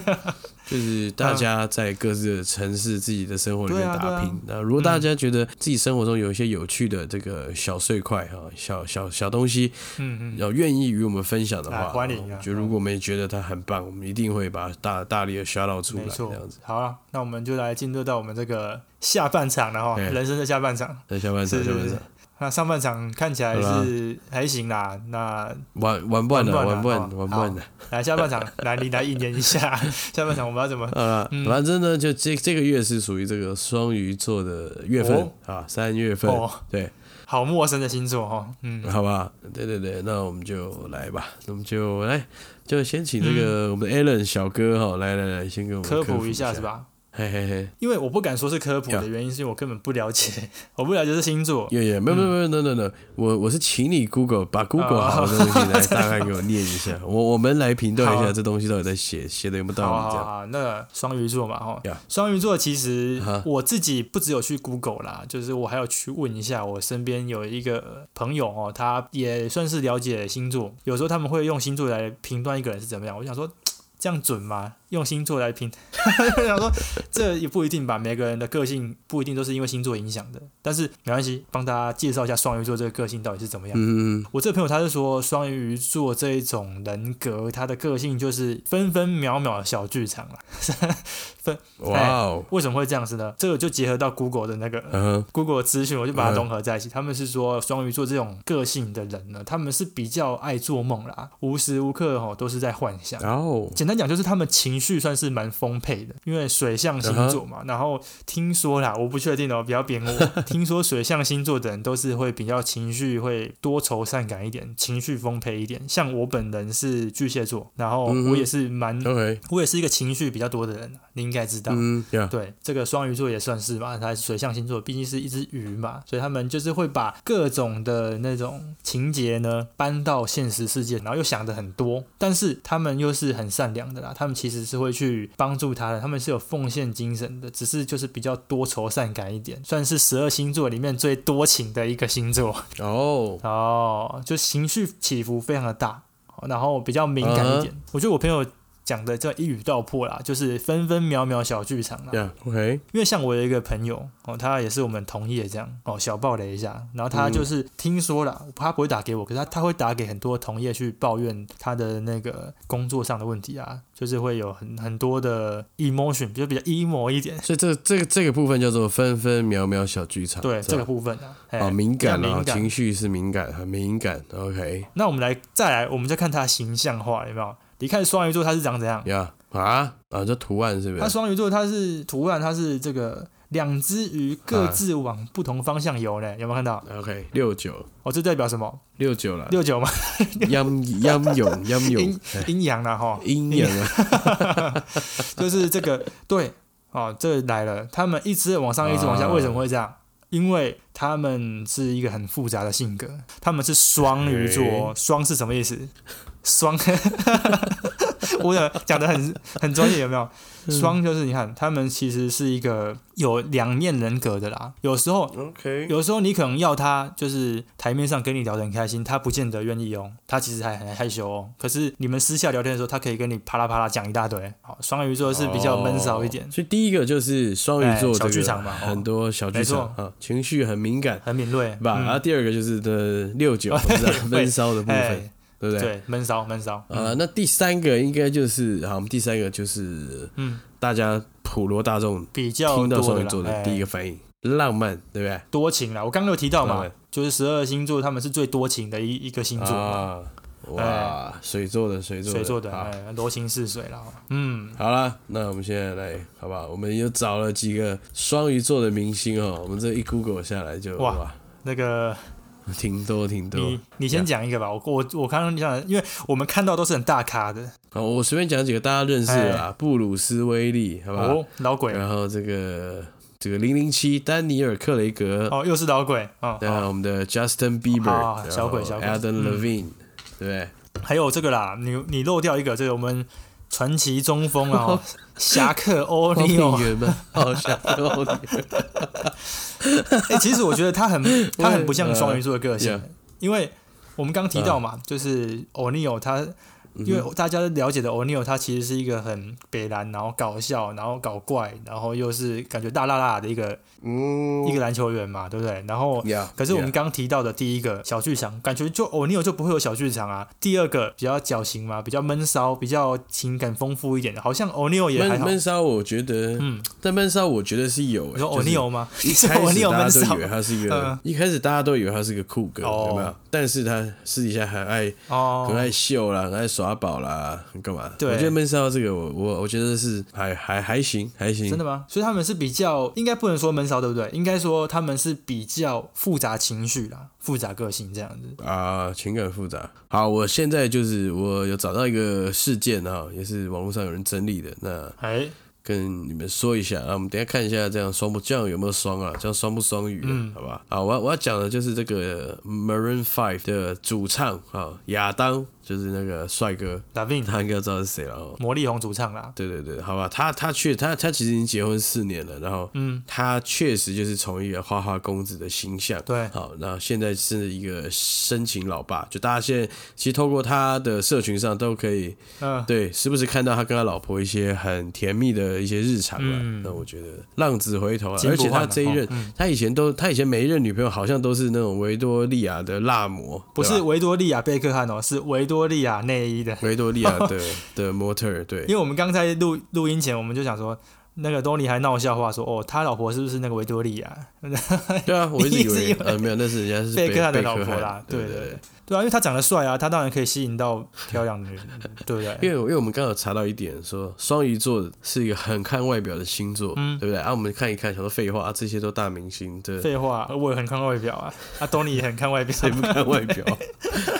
就是大家在各自的城市、自己的生活里面对啊对打啊拼。那如果大家觉得自己生活中有一些有趣的这个小碎块哈、小小小东西，嗯嗯。要愿意与我们分享的话，啊欢迎啊就如果我们也觉得它很棒，我们一定会把它大大力的 shout out 出来，没这错样子。，好了，那我们就来进入到我们这个下半场了哈，对人生的下半场。那下半场，是下是半是场。那上半场看起来好是还行啦，那玩玩不完了，玩不玩不完完了，啊玩不好完了。来 下半场来你来一年一下，下半场我们要怎么？好了，啊反正呢，就这这个月是属于这个双鱼座的月份哦啊，三月份，哦，对，好陌生的星座哈，嗯，好吧，对对对，那我们就来吧，那我们就来，就先请这个我们的 Alan 小哥哈，来来来，先给我们嗯科普一一下是？吧？嘿嘿嘿，因为我不敢说是科普的原因，是因为我根本不了解，我不了解这星座。耶耶，没有嗯没有没有，no no no，我我是请你 Google 哦把 Google 好的东西来大概给我念一 下，我我们来评断一下好这东西到底在写写的有没有好道好理这样。好，那双鱼座嘛，哈 Yeah，双鱼座其实啊哈我自己不只有去 Google 啦，就是我还有去问一下我身边有一个朋友哦，他也算是了解星座，有时候他们会用星座来评断一个人是怎么样。我想说，这样准吗？用星座来评， 我想说这也不一定吧，每个人的个性不一定都是因为星座影响的。但是没关系，帮大家介绍一下双鱼座这个个性到底是怎么样。嗯，我这个朋友他是说，双鱼座这一种人格，他的个性就是分分秒秒的小剧场啦。哎哇哦，为什么会这样子呢？这个就结合到 Google 的那个、嗯 Google 的资讯，我就把它融合在一起。他们是说，双鱼座这种个性的人呢，他们是比较爱做梦啦，无时无刻哦都是在幻想。然后简单讲，就是他们情绪算是蛮丰沛的，因为水象星座嗯嘛。然后听说啦，我不确定哦，不要 贬我。听说水象星座的人都是会比较情绪会多愁善感一点，情绪丰沛一点。像我本人是巨蟹座，然后嗯哼我也是蛮， OK，我也是一个情绪比较多的人啊，你应该知道。嗯，呀，对，这个双鱼座也算是吧，它水象星座毕竟是一只鱼嘛，所以他们就是会把各种的那种情节呢搬到现实世界，然后又想的很多，但是他们又是很善良的啦，他们其实是会去帮助他人，他们是有奉献精神的，只是就是比较多愁善感一点，算是十二星座里面最多情的一个星座。哦，哦，就情绪起伏非常的大，哦然后比较敏感一点。我觉得我朋友讲的这一语道破啦，就是分分秒秒小剧场啦。呀，OK，因为像我有一个朋友哦，他也是我们同业这样哦，小爆雷一下，然后他嗯就是听说了，他不会打给我，可是他他会打给很多同业去抱怨他的那个工作上的问题啊，就是会有很很多的 emotion，就比较 emo 一点。所以这这个这个部分叫做分分秒秒小剧场，对是吧这个部分啊，哎哦，敏感比较啊，敏感情绪是敏感，很敏感。OK，那我们来再来，我们就看他形象化有没有？你看双鱼座他是长怎样？呀、啊啊，这图案是不它是？双鱼座它是图案，它是这个两只鱼各啊自往不同方向游呢，有没有看到？ OK，六九哦，这代表什么？六九了，六九嘛，阴阴勇阴 勇阴，阴阳啦哈，阴阳啊，就是这个对哦，这来了，他们一直往上，一直往下，啊为什么会这样？因为他们是一个很复杂的性格，他们是双鱼座诶，双是什么意思？双， 我想讲的很很专业，有没有？嗯双就是你看，他们其实是一个有两面人格的啦，有时候 OK，有时候你可能要他，就是台面上跟你聊得很开心，他不见得愿意哦，他其实还很害羞哦。可是你们私下聊天的时候，他可以跟你啪啦啪啦讲一大哦堆。好，双鱼座是比较闷骚一点，所以第一个就是双鱼座、哎这个小剧场嘛哦很多小剧场啊，情绪很敏感，很敏锐是吧？然后嗯、第二个就是的六九， 不是啊闷骚的部分哎，哎对不对？对，闷骚闷骚。啊，那第三个应该就是，好，我们第三个就是嗯，大家普罗大众比较听到多双的鱼啦座的哎第一个反应，浪漫，对不对？多情啦。我刚刚有提到浪嘛漫，就是十二星座他们是最多情的一一个星座嘛。啊，哇，水做的，水做的，水做的，好，哎，柔情似水啦。嗯，好了，那我们现在来，好吧，我们又找了几个双鱼座的明星哦，我们这一 Google 下来就哇哇，那个挺多挺多。你你先讲一个吧，我我我看到你讲，因为我们看到都是很大咖的好，我随便讲几个大家认识的啦，布鲁斯威利，好吧，哦，老鬼然后这个这个零零七丹尼尔克雷格，哦，又是老鬼哦，然后我们的 Justin 好 Bieber，好小鬼小鬼 Adam 嗯 Levine，对不对？还有这个啦，你你漏掉一个，这个我们传奇中锋啊、哦，侠客欧荒尼平尔。原吗？好想要你。 哎、其实我觉得他很他很不像双鱼座的个性， Yeah 因为我们刚提到嘛，就是欧尼尔他，因为大家了解的欧尼尔他其实是一个很北蓝，然后搞笑，然后搞怪，然后又是感觉大辣辣的一个、一个篮球员嘛，对不对？然后 Yeah，可是我们 yeah 刚提到的第一个小剧场，感觉就欧尼尔就不会有小剧场啊。第二个比较矫情嘛，比较闷骚，比较情感丰富一点的，好像欧尼尔也还闷好。闷骚，我觉得，嗯，但闷骚我觉得是有、欸，你说欧就是尼尔吗？你 一说开欧尼始尔大家闷骚都以为他是一嗯个，一开始大家都以为他是个酷哥，哦有没有？但是他私底下很爱，哦，很爱秀啦，很爱耍宝啦，干嘛？对我觉得闷骚这个我，我我觉得是还还还行，还行，真的吗？所以他们是比较，应该不能说闷骚，对不对？应该说他们是比较复杂情绪啦，复杂个性这样子。啊、情感复杂。好，我现在就是我有找到一个事件啊，也是网络上有人整理的，那哎，跟你们说一下啊，我们等一下看一下这样双不这样有没有双啊，这样双不双语的，好吧？啊，我要我要讲的就是这个 Maroon Five 的主唱啊，亚当就是那个帅哥，达宾，他应该知道是谁了哦。魔力红主唱啦。对对对，好吧，他他确他他其实已经结婚四年了，然后嗯，他确实就是从一个花花公子的形象，对好，那现在是一个深情老爸，就大家现在其实透过他的社群上都可以嗯，对，时不时看到他跟他老婆一些很甜蜜的一些日常了。那我觉得浪子回头了，嗯啊金而不且他换了这一哦任，他以前都他以前每一任女朋友好像都是那种维多利亚的辣模，不对是吧维多利亚贝克汉哦，是维多利亚内衣的。维多利亚 的的模特儿，对因为我们刚才录录音前，我们就想说，那个东尼还闹笑话说，哦，他老婆是不是那个维多利亚？ 对啊，我一直你以 一直以为为呃没有，那是人家是贝克汉的贝老婆汉啦，对对对。对对啊，因为他长得帅啊，他当然可以吸引到漂亮的人，对不 因对？为因为我们刚好查到一点，说双鱼座是一个很看外表的星座，对不对？啊，我们看一看，想说废话啊，这些都大明星，对，嗯 废话，我也很看外表啊，啊，东尼也很看外表，谁不看外 表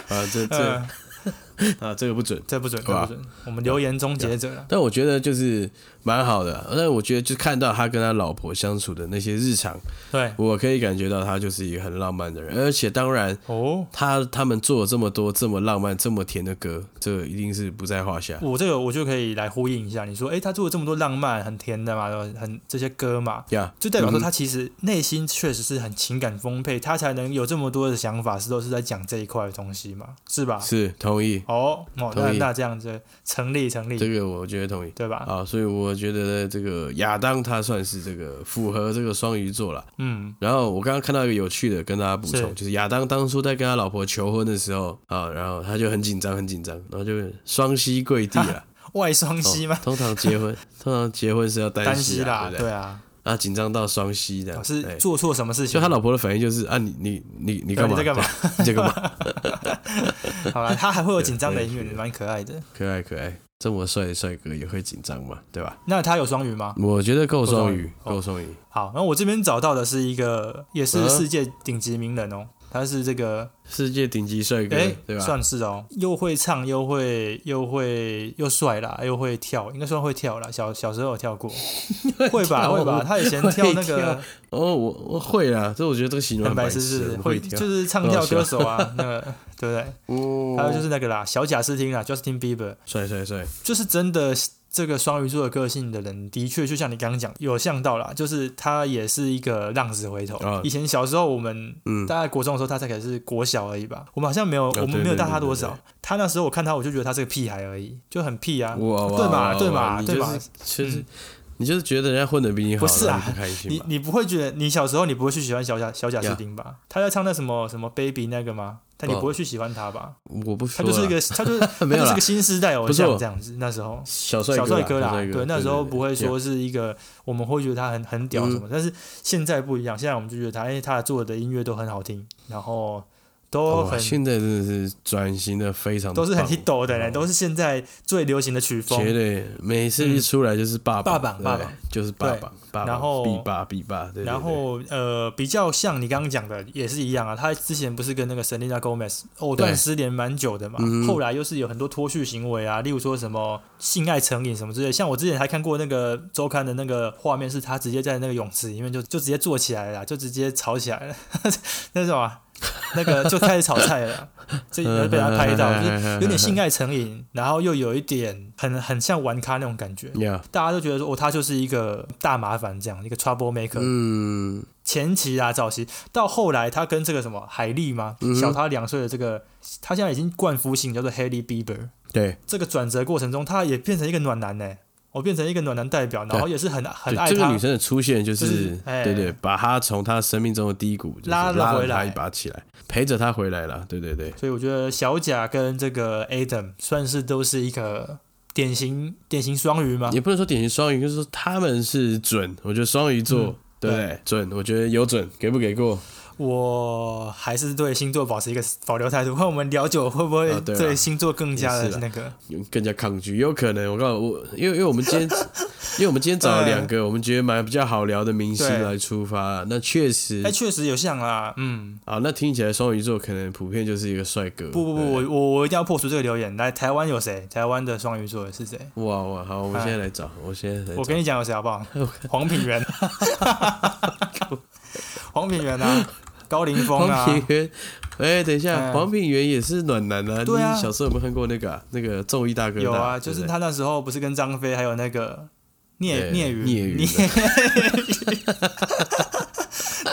啊？这这嗯啊，这个不准。 这不准，好这吧啊不准。我们留言终结者了。但我觉得就是蛮好的啊、但我觉得就看到他跟他老婆相处的那些日常，对，我可以感觉到他就是一个很浪漫的人，而且当然哦，他他们做了这么多这么浪漫这么甜的歌，这一定是不在话下。我这个我就可以来呼应一下，你说，诶，他做了这么多浪漫、很甜的嘛，很这些歌嘛，呀、就代表说嗯他其实内心确实是很情感丰沛，他才能有这么多的想法，是都是在讲这一块的东西嘛，是吧？是同意，哦，哦，那同意那这样子成立成这立，个我觉得同意。对吧？啊，所以我觉得这个亚当他算是这个符合这个双鱼座了。嗯，然后我刚刚看到一个有趣的，跟大家补充，是就是亚当当初在跟他老婆求婚的时候啊，然后他就很紧张，很紧张，然后就双膝跪地啊了。外双膝嘛，通常结 婚，通常结婚是要哦单单膝膝啦，对不对？对啊，啊，紧张到双膝的，是哎做错什么事就情他？老婆的反应就是啊，你你你你干嘛？对呃你在干嘛 对？你在干嘛？好了，他还会有紧张的对一面，对蛮可爱的。可爱可爱，这么帅的帅哥也会紧张嘛，对吧？那他有双鱼吗？我觉得够双鱼，够够双鱼。好，然后我这边找到的是一个，也嗯是世界顶级名人哦，他是这个，世界顶级帅哥，哎对，吧？算是哦，又会唱，又会，又会，又帅啦，又会跳，应该算会跳啦，小小时候有 跳过，会吧，跳会吧，他以前会跳那跳个哦，我我会啦，这我觉得这个形容很白痴，痴，是不是很会会跳就。是唱跳歌手啊，那个对不对？哦还有就是那个啦，小贾斯汀啦，Justin Bieber，帅帅帅，就是真的这个双鱼座的个性的人，的确就像你刚刚讲，有像到啦，就是他也是一个浪子回头。啊以前小时候我们，嗯大概国中的时候，他才可能是国小而已吧，我们好像没有，我们对没有对大对他多对少对。他那时候我看他，我就觉得他是个屁孩而已，就很屁啊，哇哇，对哇吧？对哇吧？你对就吧是？就是你就是觉得人家混的比你好，不是啊让你不开心你嘛？你不会觉得你小时候你不会去喜欢小贾小贾斯 Yeah 汀吧？他在唱那什么什么 baby 那个吗？但你哦不会去喜欢他吧？我不他说啦，就是一个他就是他没有就是啦个新时代偶不是像我这样子。那时候小帅小帅哥哥啦，啦，对，那时候不会。对说是一个我们会觉得他很很屌什么，但是现在不一样，现在我们就觉得他，哎，他做的音乐都很好听，然后哇，都很现在真的是转型的非常都是很棒嗯 hit 抖的人，都是现在最流行的曲绝风。嗯对每次一出来就是霸霸榜，榜霸对榜就是霸对榜，霸然榜后必霸必霸，对对然对后呃，比较像你刚刚讲的也是一样啊，他之前不是跟那个 Selena Gomez 藕断对丝连蛮久的嘛，嗯后来又是有很多脱序行为啊，例如说什么性爱成瘾什么之类。像我之前还看过那个周刊的那个画面，是他直接在那个泳池里面就就直接坐起来了啦，就直接吵起来了， 那种啊，那个就开始炒菜了 啦，这嗯被他拍到， 就是有点性爱成瘾，然后又有一点很很像玩咖那种感觉。呀，大家都觉得说，哦，他就是一个大麻烦这样一个 trouble maker，、嗯，前期啊，早期到后来，他跟这个什么海莉吗？嗯小他两岁的这个，他现在已经冠夫姓叫做 Haley Bieber。对，这个转折过程中，他也变成一个暖男呢、我变成一个暖男代表，然后也是很很对爱这个他女。生的出现，就就是是哎对对，把她从她生命中的低谷就是拉了拉回她来一把起来，陪着她回来了。对对对，所以我觉得小贾跟这个 Adam 算是都是一个典型典型双鱼嘛。也不能说典型双鱼，就是说他们是准，我觉得双鱼座嗯对不对对？准，我觉得有准，给不给过？我还是对星座保持一个 保留态度，看我们聊久会不会啊对啦对星座更加也的是啦那个。更加抗拒，有可能。我告诉我，因为因为我们 今天，因为我们今天找了两个我们觉得蛮比较好聊的明星对来出发，那确实哎，确实有像啦，嗯。啊，那听起来双鱼座可能普遍就是一个帅哥。不不不，对我我我一定要破除这个留言。来，台湾有谁？台湾的双鱼座是谁？哇哇，好，我们现在来找，我现在来哎我找跟。你讲有谁好 不好？黄品源， 黄品源啊，高凌风啊黄，品源，哎，等一下，哎黄品源也是暖男啊。对啊你小时候有没有看过那个啊那个综艺大哥大？有啊，就对不是对他那时候不是跟张飞还有那个对聂聂宇聂宇聂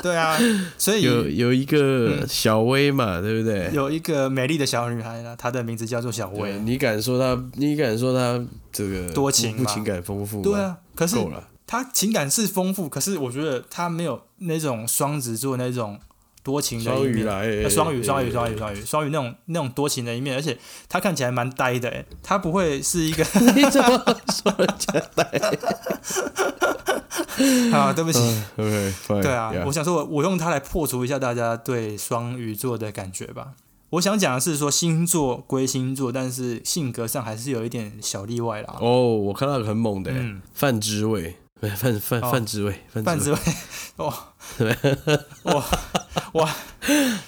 对啊，所有以嗯有一个小薇嘛，对不对？有一个美丽的小女孩呢，她的名字叫做小对，薇。你敢说他，你敢说他这个多情不嘛情感丰富吗？对啊，可是够了。他情感是丰富，可是我觉得他没有那种双子座那种多情的一双鱼面。啦，哎呃哎双鱼，双哎鱼，双鱼，双鱼，双鱼那种那种多情的一面，而且他看起来蛮呆的，哎，他不会是一 个 你怎么说人家？啊，对不起， OK，fine，对啊嗯 yeah，我想说我我用它来破除一下大家对双鱼座的感觉吧。我想讲的是说星座归星座，但是性格上还是有一点小例外啦。哦，我看到一个很猛的欸嗯，范之伟，不是范范哦范之伟，范哦范子之薇，哇哇哇，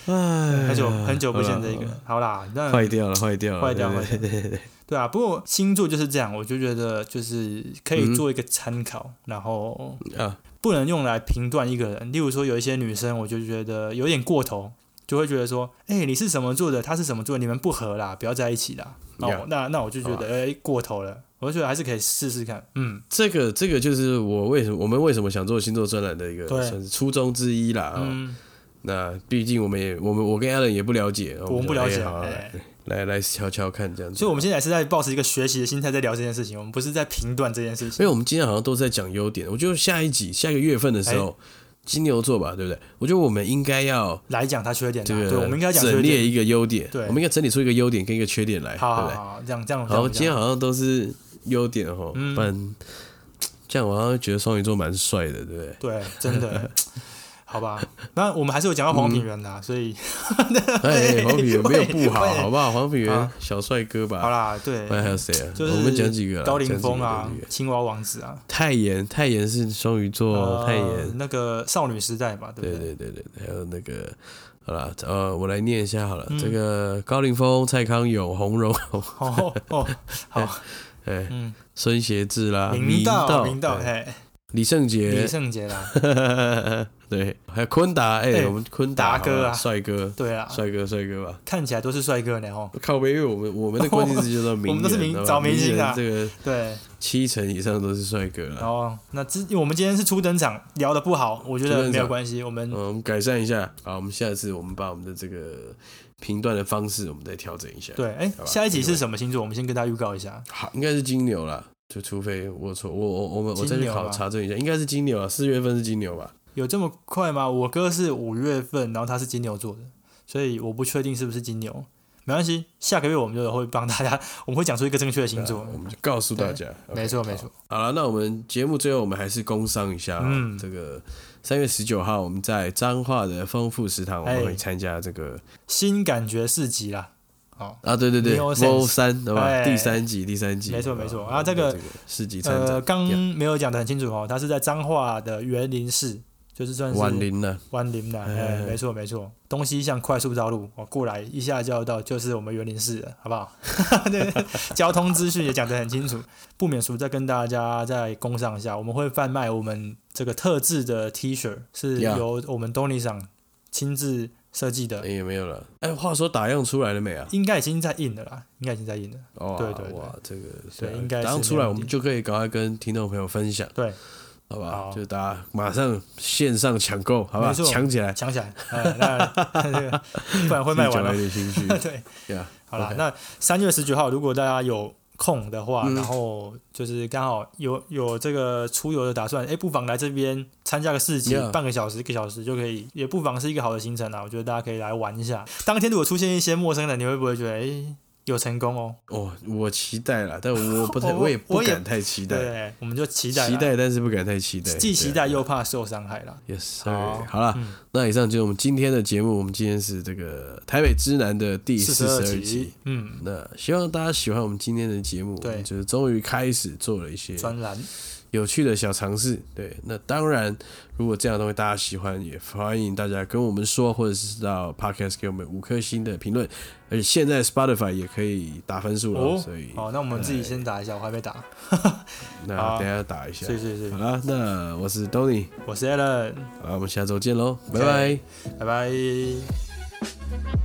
很久哎很久不见嗯这个人，好啦，那伟坏掉了，坏掉了，坏掉对坏掉。对啊，不过星座就是这样，我就觉得就是可以做一个参考，然后对嗯啊，不能用来评断一个人。例如说，有一些女生，我就觉得有点过头，就会觉得说，哎、你是什么座的，他是什么座，你们不合啦，不要在一起啦。哦 Yeah 啊那那我就觉得，哎、过头了。我就觉得还是可以试试看，嗯，这个这个就是我为什么我们为什么想做星座专栏的一个对算是初衷之一啦。哦嗯，那毕竟我们也我们我跟 Allen 也不了解，我们不了解哎好哎来来来瞧瞧看这样子。所以我们现在是在保持一个学习的心态在聊这件事情，我们不是在评断这件事因情。为我们今天好像都是在讲优点，我觉得下一集下一个月份的时哎候，金牛座吧，对不对？我觉得我们应该要来讲他缺点啦，这个啊对，我们应该讲缺整列点。啊一个优点，对我们应该整理出一个优点跟一个缺点来，好对好不对？好，好这样这样。好，这今样天好像都是优点哦，嗯不然这样我好像觉得双鱼座蛮帅的，对不 对？对，真的。好吧，那我们还是有讲到黄品源啊嗯啦，所以哎，黄品源没有不好，喂好不好？黄品源啊小帅哥吧。好，啦，对，还有谁啊？就是我们讲几个啦高凌风啊讲几个，青蛙王子啊，泰妍，泰妍是双鱼座，呃泰妍，那个少女时代嘛，对对不？对对对，还有那个。好了，呃，我来念一下好了。嗯这个高凌风、蔡康永、洪荣 宏，哦哦，好，哎，啊嗯，孙协志啦，明道明道，哎嘿，李圣杰，李圣杰啦， 对，还有坤达，哎、哎我们坤达达哥啊好吧帅哥，对啦，帅哥，帅哥吧。看起来都是帅哥呢哦，靠北，因为我们我们的关键词就叫名人， 我们都是明好吧找明星啊人这个对，七成以上都是帅哥然了。后那之我们今天是初登场，聊的不好，我觉初登得场没有关系，我们嗯，我们改善一下，好，我们下次我们把我们的这个评断的方式，我们再调整一下。，对，哎好，吧下一集没是问什么星座？我们先跟大家预告一下，好，应该是金牛啦，就除非我错，我我我们我再金去牛吧考查证一下，应该是金牛啊，四月份是金牛吧？有这么快吗？我哥是五月份，然后他是金牛座的，所以我不确定是不是金牛。没关系，下个月我们就会帮大家， 我们会讲出一个正确的星座。我们就告诉大家。OK，嗯没错没错，好了，那我们节目最后我们还是工商一下、嗯，这个三月十九号我们在彰化的丰富食堂，我们哎会参加这个、新感觉四级啦。哦，啊，对对对 Neo Sense ，Vol 三对吧？哎第三集，第三集，没错没错啊这这个市集参展呃，刚呀没有讲的很清楚哦，它是在彰化的园林市，就是算呃是晚林了，湾林啦，哎哎，没错没错，东西向快速道路，我哦过来一下就要到，就是我们园林市了，好不好？ 对，交通资讯也讲得很清楚，不免俗再跟大家再工商一下，我们会贩卖我们这个特制的 T 恤，是 Yeah 由我们东尼赏亲自设计的哎，也没有了。哎，话说打样出来了没啊？应该已经在印了啦，应该已经在印了，哦，对对对哇，这个对啊应该是打样出没来，有我问题们就可以赶快跟听众朋友分享，对，好吧？好就大家马上线上抢购，好吧？没错抢起来，抢起来，哎，那 这个不然会卖完讲来了有。点心 虚对，呀。好啦嗯 OK 那三月十九号，如果大家有空的话，嗯然后就是刚好有有这个出游的打算，哎，不妨来这边参加个市集 Yeah 半个小时、一个小时就可以，也不妨是一个好的行程啊。我觉得大家可以来玩一下。当天如果出现一些陌生人，你会不会觉得哎有成功哦？哦，我期待了，但我不太， 我我也不我也敢太期待，对，我们就期待啦，期待，但是不敢太期待，既期对啊待又怕受伤害啦。 Yes，好 sir. 好了、嗯那以上就是我们今天的节目。我们今天是这个台北之南的第四十42二集集。，嗯，那希望大家喜欢我们今天的节目，对我们就是终于开始做了一些专栏，有趣的小尝试。对，那当然，如果这样的东西大家喜欢，也欢迎大家跟我们说，或者是到 Podcast 给我们五颗星的评论。而且现在 Spotify 也可以打分数了，哦所以，哎好，那我们自己先打一下，我还没打，那好等一下打一下。是是好是，啦，那我是 Tony，我是 Alan，好啦，我们下周见喽，拜 OK 拜。拜拜。